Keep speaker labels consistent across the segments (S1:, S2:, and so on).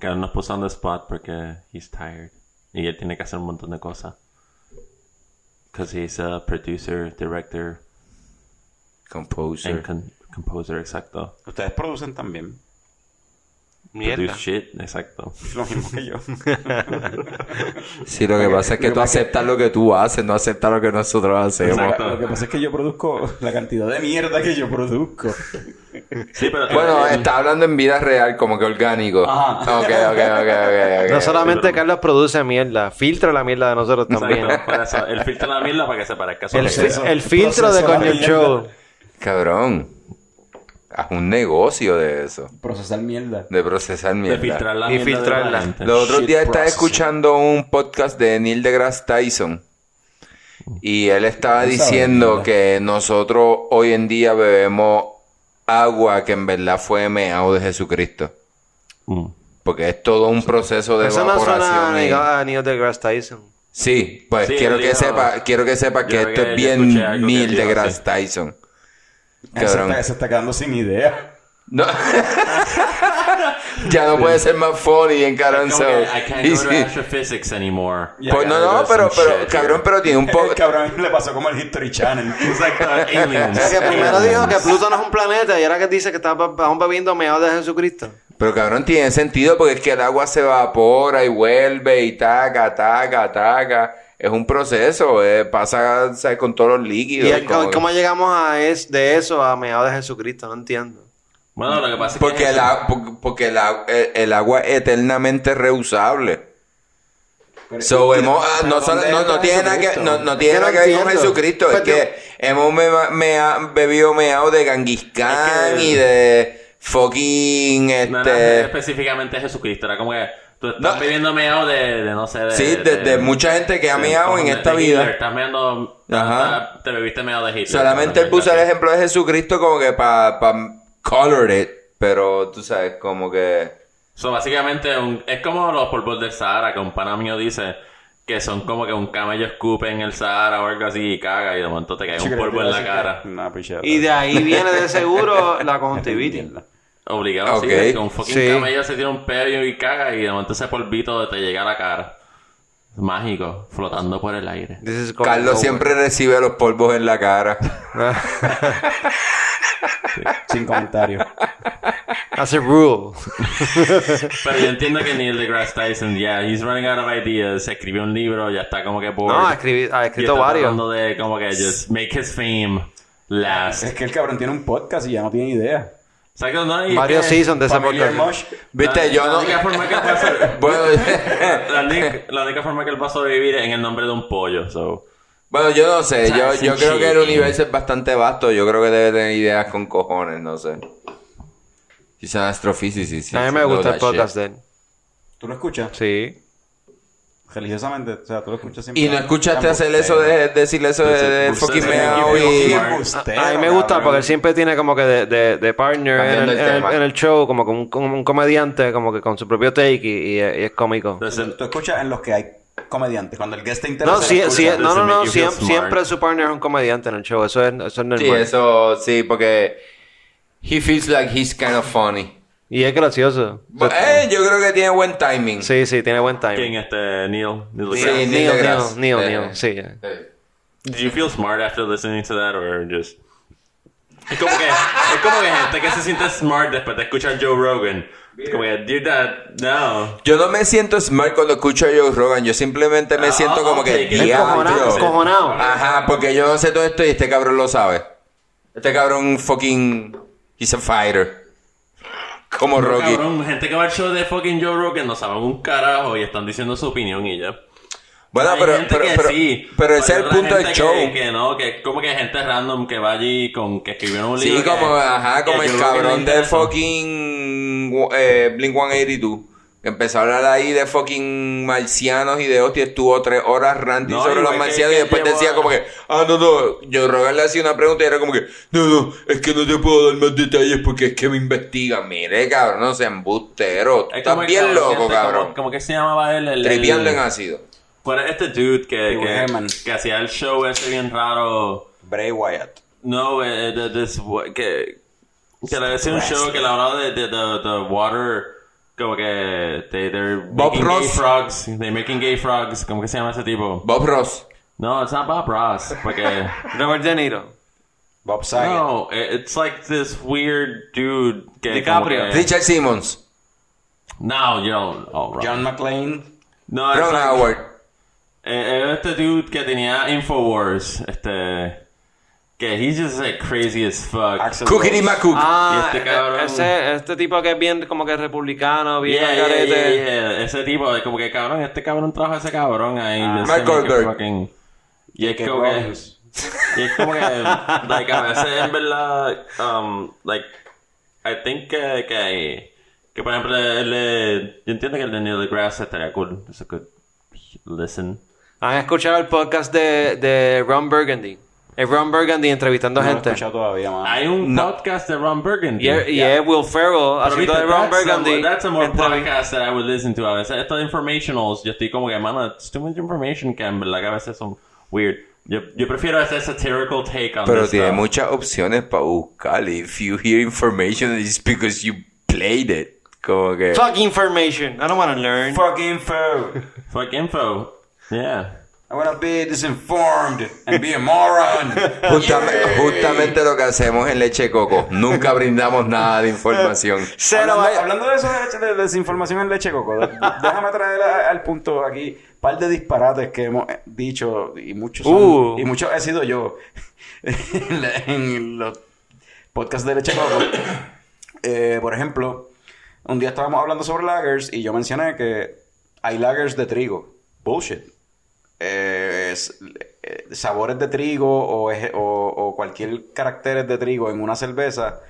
S1: Que nos puso on the spot porque he's tired. Y él tiene que hacer un montón de cosas. Because he's a producer, director,
S2: Composer.
S1: and con- composer, exacto.
S3: Ustedes producen también.
S1: Produce
S4: Pues Mierda.
S1: shit, exacto.
S3: Lo mismo que yo.
S2: Sí, lo que pasa es que tú aceptas lo que tú haces, no aceptas lo que nosotros hacemos.
S3: Exacto. Lo que pasa es que yo produzco la cantidad de mierda que yo produzco.
S1: Sí, pero...
S2: Bueno,
S4: eh,
S2: está hablando en vida real, como que orgánico.
S3: Ajá.
S2: Ok, ok, ok, ok, ok.
S4: No solamente Carlos produce mierda, filtra la mierda de nosotros también.
S1: Exacto, por eso, el filtro de la mierda para que se parezca a su
S4: El,
S1: amigo.
S4: fi- el filtro de
S3: Proceso la
S4: Coño
S3: mierda.
S4: Show.
S2: Cabrón. Haz un negocio de eso.
S3: Procesar mierda.
S2: De procesar
S1: De
S2: mierda.
S1: filtrar la
S4: Y
S1: mierda de la
S4: filtrarla.
S1: gente.
S2: Los otros
S3: Shit
S2: días estaba
S3: processing.
S2: escuchando un podcast de Neil deGrasse Tyson. Y él estaba
S3: Él sabe,
S2: diciendo
S3: ¿verdad?
S2: que nosotros hoy en día bebemos agua que en verdad fue meado de Jesucristo.
S1: Mm.
S2: Porque es todo un proceso de
S4: Eso no suena
S2: evaporación.
S4: a
S2: y-
S4: Neil- a Neil deGrasse Tyson.
S2: Sí, pues
S1: Sí,
S2: quiero
S1: él
S2: que
S1: dijo-
S2: sepa, quiero que sepa que
S1: Yo
S2: esto
S1: creo
S2: es
S1: que yo escuché
S2: bien
S1: algo que él
S2: Neil
S1: dijo,
S2: deGrasse
S1: sí.
S2: Tyson.
S3: Se
S2: Cabrón.
S3: está, se está quedando sin idea.
S2: No. ya no puede ser más funny en Caron
S1: Como que, I can't go to astrophysics anymore.
S2: Pues no, no, pero, pues, pero, cabrón, pero tiene un poco.
S3: El este cabrón le pasó como el History Channel.
S1: Exacto, aliens.
S4: O sea, que primero dijo que Pluto no es un planeta y ahora que dice que estamos bebiendo meado de Jesucristo.
S2: Pero cabrón, tiene sentido porque es que el agua se evapora y vuelve y taca, taca, taca. Es un proceso, eh, pasa ¿sabes? con todos los líquidos.
S4: ¿Y el-
S2: como-
S4: cómo, llegamos a es, de eso a meado de Jesucristo? No entiendo.
S1: Bueno, lo que pasa es que...
S2: Porque, el, a- por- porque el, a- el- el agua es eternamente reusable. So, hemos- ah, no, solo- no, no tiene nada que, no, no tiene
S4: Yo no
S2: nada que ver con
S4: entiendo.
S2: Jesucristo. Es
S4: Pues yo-
S2: que hemos mea- mea- bebido meado de Ganguiscán
S1: Es que-
S2: y de fucking
S1: No era
S2: este.
S1: específicamente Jesucristo, era como que tú estás
S2: No. eh,
S1: viviendo meado de, de, no sé, de...
S2: Sí, de, de mucha gente que ha
S1: de-
S2: meado en
S1: de
S2: esta
S1: Hitler,
S2: vida.
S1: Estás meando...
S2: Ajá.
S1: estás- Te bebiste meado de Hitler.
S2: Solamente él
S1: el
S2: puso el ejemplo de Jesucristo como que para pa color it. Pero tú sabes, como que.
S1: So, básicamente, un- es como los polvos del Sahara, que un pana mío dice que son como que un camello escupe en el Sahara o algo así y caga y de momento te cae un polvo en la cara.
S3: No, pichada.
S4: Y de ahí viene de seguro la conjuntivitis.
S3: Mierda.
S1: Obligado,
S2: Ok.
S1: sí, de que un fucking
S4: Sí.
S1: camello se tira un pedo y caga y de momento ese polvito te llega a la cara. Mágico, flotando por el aire.
S4: This is going
S2: Carlos
S4: nowhere.
S2: siempre recibe los polvos en la cara.
S3: Sin comentario.
S4: As a rule.
S1: Pero yo entiendo que Neil deGrasse Tyson, yeah, he's running out of ideas. Escribió un libro, ya está como que bored.
S4: No, ha, escribi- ha
S1: Y
S4: escrito
S1: está
S4: varios.
S1: tratando de como que just make his fame
S3: Es
S1: last.
S3: que el cabrón tiene un podcast y ya no tiene idea.
S1: Exacto, no, y
S4: Varios
S1: es que-
S4: seasons de ese
S3: Familiar
S4: podcast.
S3: Mosh.
S2: Viste,
S1: la-
S2: yo
S1: La
S2: no.
S1: única forma que él va a sobre-
S2: Bueno.
S1: la, única, la única forma que él va a sobrevivir es en el nombre de un pollo, so.
S2: Bueno, yo no sé,
S1: sea,
S2: yo,
S1: es
S2: yo
S1: un eh.
S2: creo que el
S1: chicken.
S2: universo es bastante vasto, yo creo que debe tener ideas con cojones, no sé. Quizás astrofísica.
S4: A mí me gusta el podcast de él.
S3: ¿Tú lo escuchas?
S4: Sí.
S3: Religiosamente. O sea, tú lo escuchas siempre.
S2: Y no escuchaste
S3: Tan
S2: hacer eso
S3: bustero.
S2: de decirle eso de, de
S1: Usted
S2: fucking
S1: se
S2: meao
S1: equivocó,
S2: y
S1: Mark.
S3: Bustero,
S4: A mí me gusta
S3: cabrón.
S4: porque él siempre tiene como que de, de, de partner en el,
S2: Cambiando el
S4: en el-
S2: tema.
S4: en el show, como que un, como un comediante, como que con su propio take y, y- y es cómico.
S1: Entonces,
S3: Tú escuchas en los que hay comediantes. Cuando el guest te interesa.
S4: No, sí,
S3: lo
S4: sí,
S3: escuchas.
S4: no, no,
S1: Doesn't
S4: no,
S1: make you feel
S4: siem-
S1: smart.
S4: siempre su partner es un comediante en el show, eso es, eso es normal.
S2: Sí, eso, sí, porque he feels like he's kind of funny.
S4: Y es gracioso.
S2: Bu- eh, yo creo que tiene buen timing.
S4: Sí, sí, tiene buen time.
S1: ¿quién este Neil? Neil
S2: Sí,
S1: deGrasse.
S2: Neil
S4: Neil,
S2: deGrasse.
S4: Neil,
S2: Eh,
S4: Neil, sí, eh.
S2: eh.
S1: Did you feel smart after listening to that or just es como que es como que gente que se siente smart después de escuchar Joe Rogan Es como que dude that no
S2: Yo no me siento smart cuando escucho a Joe Rogan, yo simplemente me
S1: Ah,
S2: siento como
S1: ok,
S2: que
S1: que
S4: Encojonado,
S1: Diablo.
S4: encojonado.
S2: Ajá, porque yo no sé todo esto y este cabrón lo sabe. Este cabrón fucking... He's a fighter. Como Rocky.
S1: cabrón gente que va al show de fucking Joe Rogan no saben un carajo y están diciendo su opinión y ya
S2: Bueno,
S1: Hay
S2: pero,
S1: gente
S2: pero,
S1: que
S2: pero,
S1: sí,
S2: pero ese
S1: hay
S2: es el
S1: otra
S2: punto del
S1: gente
S2: show.
S1: Que, que no, que es como que gente random que va allí con que escribieron un libro.
S2: sí,
S1: que-
S2: como, ajá,
S1: que
S2: como el
S1: yo creo que
S2: cabrón
S1: no
S2: de
S1: interesa.
S2: fucking eh, Blink 182. Que empezó a hablar ahí de fucking marcianos y de hostia. Estuvo tres horas ranting
S1: No,
S2: sobre
S1: igual
S2: los
S1: que-
S2: marcianos y
S1: que
S2: después
S1: llevó
S2: decía
S1: a-
S2: como que, ah, no, no. Yo Rogan le hacía una pregunta y era como que, no, no, es que no te puedo dar más detalles porque es que me investigan. Mire, cabrón, no seas embustero. Tú
S1: Es
S2: estás
S1: como el
S2: bien
S1: cabrón
S2: loco,
S1: este,
S2: cabrón.
S1: Como, como que se llamaba él el. el-
S2: Tripeando en ácido.
S1: ¿Cuál es este dude que,
S3: Hugh Hefner.
S1: que, que hacía el show ese bien raro?
S3: Bray Wyatt.
S1: No, eh, de, de- de- que, que le hacía un show que le hablaba de, de, de- de water. Como que they, they're
S2: Bob
S1: making gay
S2: Ross.
S1: frogs. They're making gay frogs. ¿Cómo que se llama ese tipo?
S2: Bob Ross.
S1: No, it's not Bob Ross. Porque...
S4: Robert De Niro.
S1: este
S3: Bob Saget.
S1: no, it- it's like this weird dude. Que como
S4: DiCaprio.
S1: que-
S2: Richard Simmons.
S1: No, you don't. Oh, wrong.
S3: John McClane.
S1: No, it's
S2: Ron
S1: like-
S2: Howard.
S1: Eh, era este dude que tenía Infowars, este... Que he's just like crazy as fuck.
S3: Axel
S2: Cookie
S3: Rose.
S2: McCook.
S4: Ah,
S1: Y este cabrón.
S4: e- ese, este tipo que es bien como que republicano, bien
S1: Yeah, yeah,
S4: carete.
S1: yeah, yeah. eh, Ese tipo, de como que cabrón, este cabrón trajo a ese cabrón
S4: Ah.
S1: ahí. just
S2: Mark
S1: to make it
S2: Goldberg.
S1: fucking- Y es
S3: Jake
S1: como que...
S3: Rollins.
S1: Y es como que... like, a veces en verdad... Um, like, I think que... Que, que por ejemplo, el de- yo entiendo que el de Neil deGrasse estaría cool. It's a good listen.
S4: ¿Han escuchado el podcast de, de Ron Burgundy? Es Ron Burgundy entrevistando
S3: No lo he
S4: gente.
S3: escuchado todavía, mano.
S1: Hay un podcast de Ron Burgundy.
S4: Y es, y es Will Ferrell
S1: Pero
S4: haciendo
S1: viste,
S4: de Ron
S1: that's a-
S4: Burgundy.
S1: that's a more
S4: entrevi-
S1: podcast that I would listen to. A veces estos informationals, yo estoy como que, mano, it's too much information que en verdad que a veces son weird. Yo, yo prefiero hacer satirical take on
S2: Pero
S1: this
S2: tiene
S1: stuff.
S2: muchas opciones para buscar. If you hear information, it's because you played it. Como que.
S4: Fuck information. I don't want to learn.
S3: Fucking fool.
S1: Fuck info. Yeah.
S3: I wanna be disinformed and be a moron.
S2: Justame- justamente lo que hacemos en Leche Coco. Nunca brindamos nada de información.
S4: Cero.
S3: hablando,
S4: va-
S3: hablando de eso de, de desinformación en leche coco, de- déjame traer a- al punto aquí un par de disparates que hemos eh, dicho y muchos son-
S4: Uh.
S3: y muchos he sido yo en, la- en los podcasts de leche coco. Eh, por ejemplo, un día estábamos hablando sobre lagers y yo mencioné que hay lagers de trigo. Bullshit. Eh, es- eh, sabores de trigo o, eje- o- o cualquier caracteres de trigo en una cerveza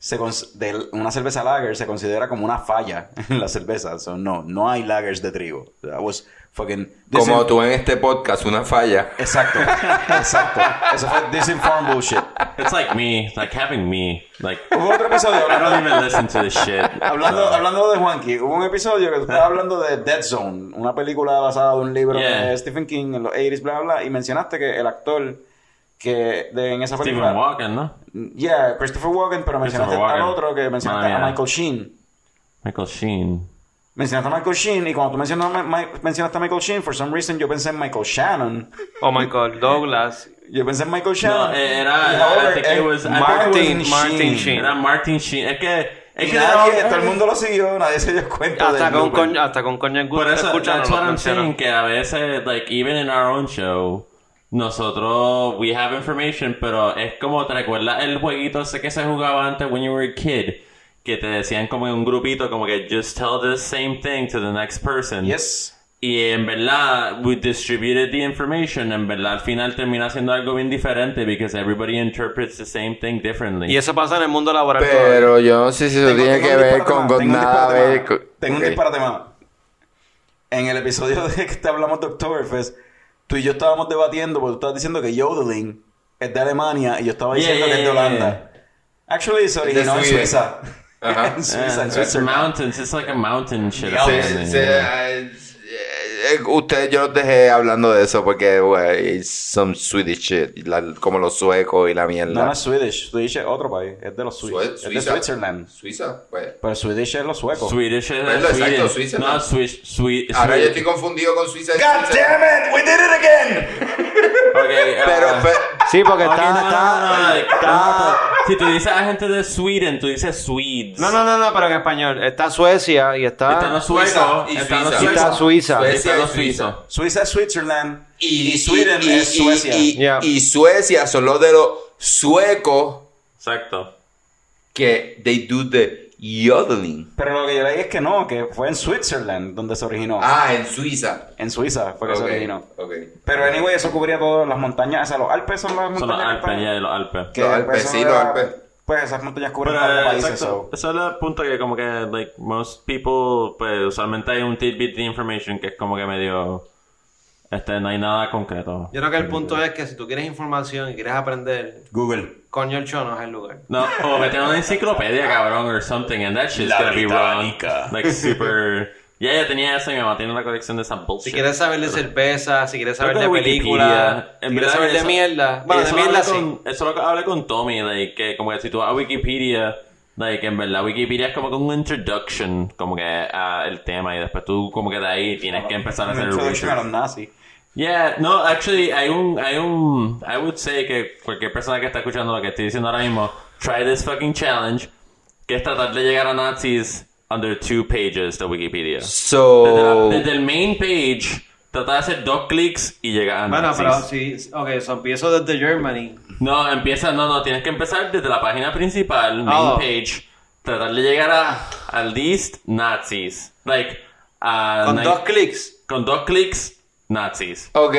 S3: se cons- de l- una cerveza lager se considera como una falla en la cerveza. So, no, no hay lagers de trigo. That was fucking
S2: Como
S3: disin-
S2: tú en este podcast, una falla.
S3: Exacto, exacto. Eso fue disinformed bullshit.
S1: It's like me. It's like having me. Like,
S3: Hubo otro
S1: I
S3: episodio
S1: don't
S3: hablando,
S1: even listen to this shit.
S3: hablando,
S1: So,
S3: hablando de Juanqui. Hubo un episodio que estaba hablando de Dead Zone, una película basada en un libro
S1: Yeah.
S3: de Stephen King en los 80s, bla, bla, bla. Y mencionaste que el actor que de- en esa
S1: Stephen
S3: película.
S1: Walken, ¿no?
S3: Yeah, Christopher Walken, pero mencionaste
S1: Christopher
S3: al
S1: Walken.
S3: otro que mencionaste
S1: Madre
S3: a
S1: mía.
S3: Michael Sheen.
S1: Michael Sheen.
S3: Mencionaste a Michael Sheen y cuando tú mencionas a Ma- Ma- mencionaste a Michael Sheen, for some reason yo pensé en Michael Shannon.
S4: Oh my God, Douglas.
S3: Yo pensé en Michael Shannon.
S1: No, eh, era...
S3: Y ahora
S1: I think
S3: es
S1: it was... I think it was-
S4: Martin,
S3: Sheen.
S4: Martin Sheen.
S1: Era Martin Sheen. Es que... Es
S3: Y
S1: que
S3: nadie,
S1: era-
S3: todo el mundo lo siguió, nadie se dio cuenta.
S4: Hasta
S3: del
S4: con,
S3: blooper.
S4: con, hasta con coña en gusto.
S1: Por eso,
S4: escucha,
S1: that's
S4: no
S1: what
S4: lo
S1: I'm
S4: menciono.
S1: saying, que a veces, like, even in our own show, nosotros, we have information, pero es como, ¿te recuerdas el jueguito ese que se jugaba antes when you were a kid? Que te decían como en un grupito, como que, just tell the same thing to the next person.
S3: Yes.
S1: Y en verdad, we distributed the information, en verdad, al final termina siendo algo bien diferente, because everybody interprets the same thing differently.
S4: Y eso pasa en el mundo laboral. todavía.
S2: Pero yo no sé si eso
S3: Tengo-
S2: tiene
S3: tengo
S2: que
S3: un
S2: ver
S3: disparate
S2: con,
S3: más,
S2: con
S3: tengo un
S2: nada.
S3: disparate
S2: ver
S3: más.
S2: con-
S3: Tengo
S2: Ok.
S3: un disparate más. En el episodio de que te hablamos de Oktoberfest, tú y yo estábamos debatiendo porque tú estabas diciendo que Yodeling es de Alemania y yo estaba
S1: Yeah,
S3: diciendo
S1: yeah,
S3: que es de
S1: yeah,
S3: Holanda. Actually, se originó en
S2: Sweden.
S3: Suiza.
S2: Ajá.
S1: Yeah,
S3: en Suiza, en
S1: it's
S3: Suiza.
S1: mountains, it's like a mountain shit.
S3: Yeah,
S1: happening,
S2: Sí,
S1: you
S2: sí,
S1: know?
S2: eh, eh, Ustedes, yo los dejé hablando de eso porque, güey, it's some Swedish shit. la- como los suecos y la mierda.
S3: No, no es Swedish. Swedish es otro país. Es de los
S2: Sue-
S3: suizos. Es de Switzerland.
S2: Suiza, pues. güey.
S3: Pero Swedish es los suecos.
S1: Swedish es
S2: Bueno, exacto,
S1: Sweden.
S2: Suiza,
S1: No,
S2: ¿no?
S1: Swiss, Swi-
S2: Ahora yo
S1: Sweden.
S2: estoy confundido con Suiza. y
S3: God
S2: Suiza.
S3: damn it! We did it again!
S1: Okay, ah,
S2: Pero,
S1: ok,
S2: pero-
S4: Sí, porque está.
S1: no, no, no,
S4: está-
S1: no, like,
S4: está-
S1: Si tú dices a gente de Sweden, tú dices Swedes.
S4: No, no, no, no, pero en español. Está Suecia y está.
S1: Están los suecos,
S2: Suiza y
S1: están los
S2: Suiza.
S4: y está
S1: suizos,
S4: Suiza.
S2: Suecia.
S1: están los
S2: y Suiza.
S1: suizos.
S3: Suiza es Switzerland.
S2: y,
S3: Y, Sweden
S2: y-
S3: es
S2: y-
S3: Suecia.
S2: Y,
S4: Yeah.
S2: y Suecia son los de los suecos
S1: Exacto.
S2: que they do the yodeling.
S3: Pero lo que yo leí es que no, que fue en Switzerland donde se originó.
S2: Ah, en Suiza.
S3: En Suiza fue que
S2: Ok,
S3: se originó.
S2: ok.
S3: Pero anyway, eso cubría todas las montañas. O sea, los Alpes son las montañas.
S1: Son los
S3: que
S1: Alpes,
S3: están-
S1: ya, los Alpes.
S3: que,
S2: Los
S3: pues,
S2: Alpes,
S3: son
S2: sí,
S3: de
S2: los
S3: la-
S2: Alpes.
S3: Pues esas montañas cubren
S1: Pero,
S3: todos los
S1: eh,
S3: países.
S1: exacto.
S3: so.
S1: Eso es el punto que como que, like, most people, pues, usualmente hay un tidbit de information que es como que medio, este, no hay nada concreto.
S4: Yo creo que el punto es que si tú quieres información y quieres aprender,
S3: Google.
S4: coño el chono es el lugar.
S1: No, o vete a una enciclopedia, cabrón, or something, and that shit's
S3: La
S1: gonna be wrong.
S3: británica.
S1: Like, super... Ya, ya tenía eso, mi mamá tiene la colección de esa bullshit.
S4: Si quieres saber de cerveza, si quieres saber
S1: Creo
S4: de
S1: que
S4: película,
S1: Wikipedia,
S4: si
S1: en
S4: quieres
S1: verdad,
S4: saber de
S1: eso-
S4: mierda. Bueno, de
S1: eso lo
S4: mierda
S1: hablé
S4: sí.
S1: con- Eso lo hablé con Tommy, like, que como que si tú vas a Wikipedia, Like, en verdad, Wikipedia es como que un introduction, como que a el tema, y después tú, como que de ahí tienes que empezar a hacer el
S3: Introduction a
S1: research.
S3: los nazis.
S1: Yeah, no, actually, hay un, hay un, I would say que cualquier persona que está escuchando lo que estoy diciendo ahora mismo, try this fucking challenge, que es tratar de llegar a nazis under two pages de Wikipedia. Desde, la-
S4: Oh.
S2: So.
S1: desde el main page, trata de hacer dos clics y llegar a
S4: Bueno,
S1: nazis.
S4: pero sí. Ok, so empiezo desde Germany.
S1: No, empieza, no, no, tienes que empezar desde la página principal, main
S4: Oh.
S1: page, tratar de llegar a, a least nazis. Like, a
S4: Con
S1: ni-
S4: dos clics.
S1: con dos clics, nazis.
S2: Ok.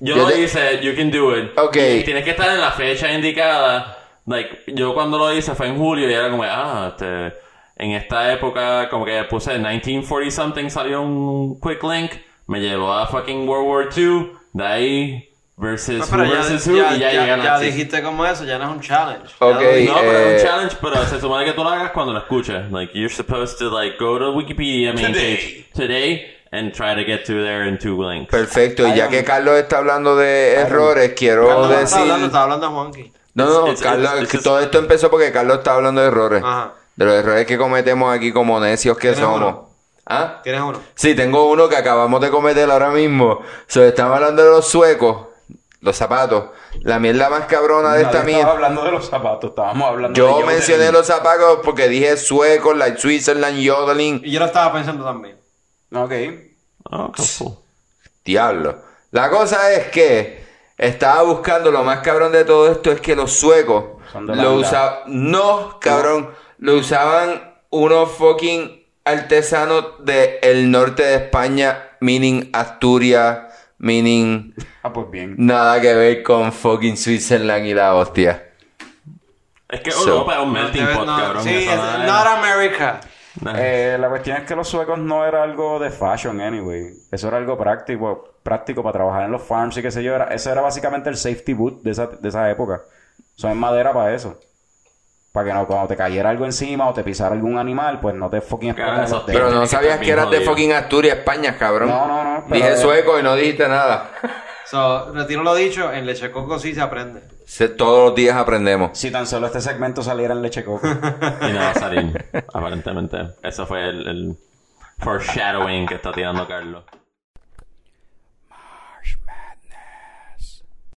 S1: Yo,
S2: Yo
S1: lo
S2: te-
S1: hice, you can do it.
S2: Ok.
S1: Y tienes que estar en la fecha indicada. Like, yo cuando lo hice fue en julio y era como, ah, este, en esta época, como que puse 1940 something, salió un quick link, me llevó a fucking World War II, de ahí, versus,
S4: No, pero
S1: who
S4: ya,
S1: versus who,
S4: ya,
S1: y ya,
S4: ya-
S1: llegan
S4: ya
S1: a
S4: dijiste como eso, ya no es un challenge.
S2: Ok.
S1: No, pero es
S2: eh,
S1: un challenge, pero se supone que tú lo hagas cuando lo escuches. Like, you're supposed to, like, go to Wikipedia main
S3: Today.
S1: page today and try to get to there in two links.
S2: Perfecto, y ya que Carlos está hablando de errores, quiero
S4: No, no, no,
S2: decir.
S4: estaba hablando, estaba hablando Juanqui.
S2: No, no,
S1: It's- it's-
S2: Carlos,
S1: it's- it's-
S2: todo esto empezó porque Carlos está hablando de errores.
S4: Ajá.
S2: De los errores que cometemos aquí como necios que
S4: Tienes
S2: somos.
S4: uno.
S2: ¿Ah?
S4: Tienes uno.
S2: Sí, tengo uno que acabamos de cometer ahora mismo. Se estamos hablando de los suecos, los zapatos. La mierda más cabrona de
S3: Nadie
S2: esta
S3: estaba
S2: mierda.
S3: hablando de los zapatos, estábamos hablando de
S2: Yo
S3: Yodeling.
S2: mencioné los zapatos porque dije suecos, like Switzerland, yodeling.
S4: Y yo lo estaba pensando también.
S3: Ok.
S1: Oh, cool.
S2: Diablo. La cosa es que estaba buscando lo más cabrón de todo esto es que los suecos
S3: Son de la
S2: lo
S3: maldad.
S2: usaban. No, cabrón. Lo usaban unos fucking artesanos del norte de España, meaning Asturias, meaning.
S3: Ah, pues bien.
S2: Nada que ver con fucking Switzerland y la hostia.
S1: Es que
S2: So-
S1: Europa es un melting
S4: Debe-
S1: pot,
S4: no,
S1: cabrón.
S4: sí,
S1: eso
S4: es
S1: no es-
S4: not America.
S1: no.
S3: Eh, la cuestión es que los suecos no era algo de fashion, anyway. Eso era algo práctico, práctico para trabajar en los farms y qué sé yo. Era- eso era básicamente el safety boot de esa, de esa época. Son en madera para eso. Para que no, cuando te cayera algo encima o te pisara algún animal, pues no te fucking
S1: Claro,
S3: exploten
S1: esos
S3: los
S2: Pero
S1: tiene
S2: no
S1: que
S2: sabías
S1: estar
S2: que
S1: bien
S2: eras de
S1: jodido.
S2: fucking Asturias, España, cabrón.
S3: No, no, no, pero-
S2: Dije sueco y no dijiste nada.
S4: So, retiro lo dicho, en Leche Coco sí se aprende.
S2: Se- Todos los días aprendemos.
S3: Si tan solo este segmento saliera en leche coco.
S1: Y no va a salir, aparentemente. Eso fue el, el foreshadowing que está tirando Carlos.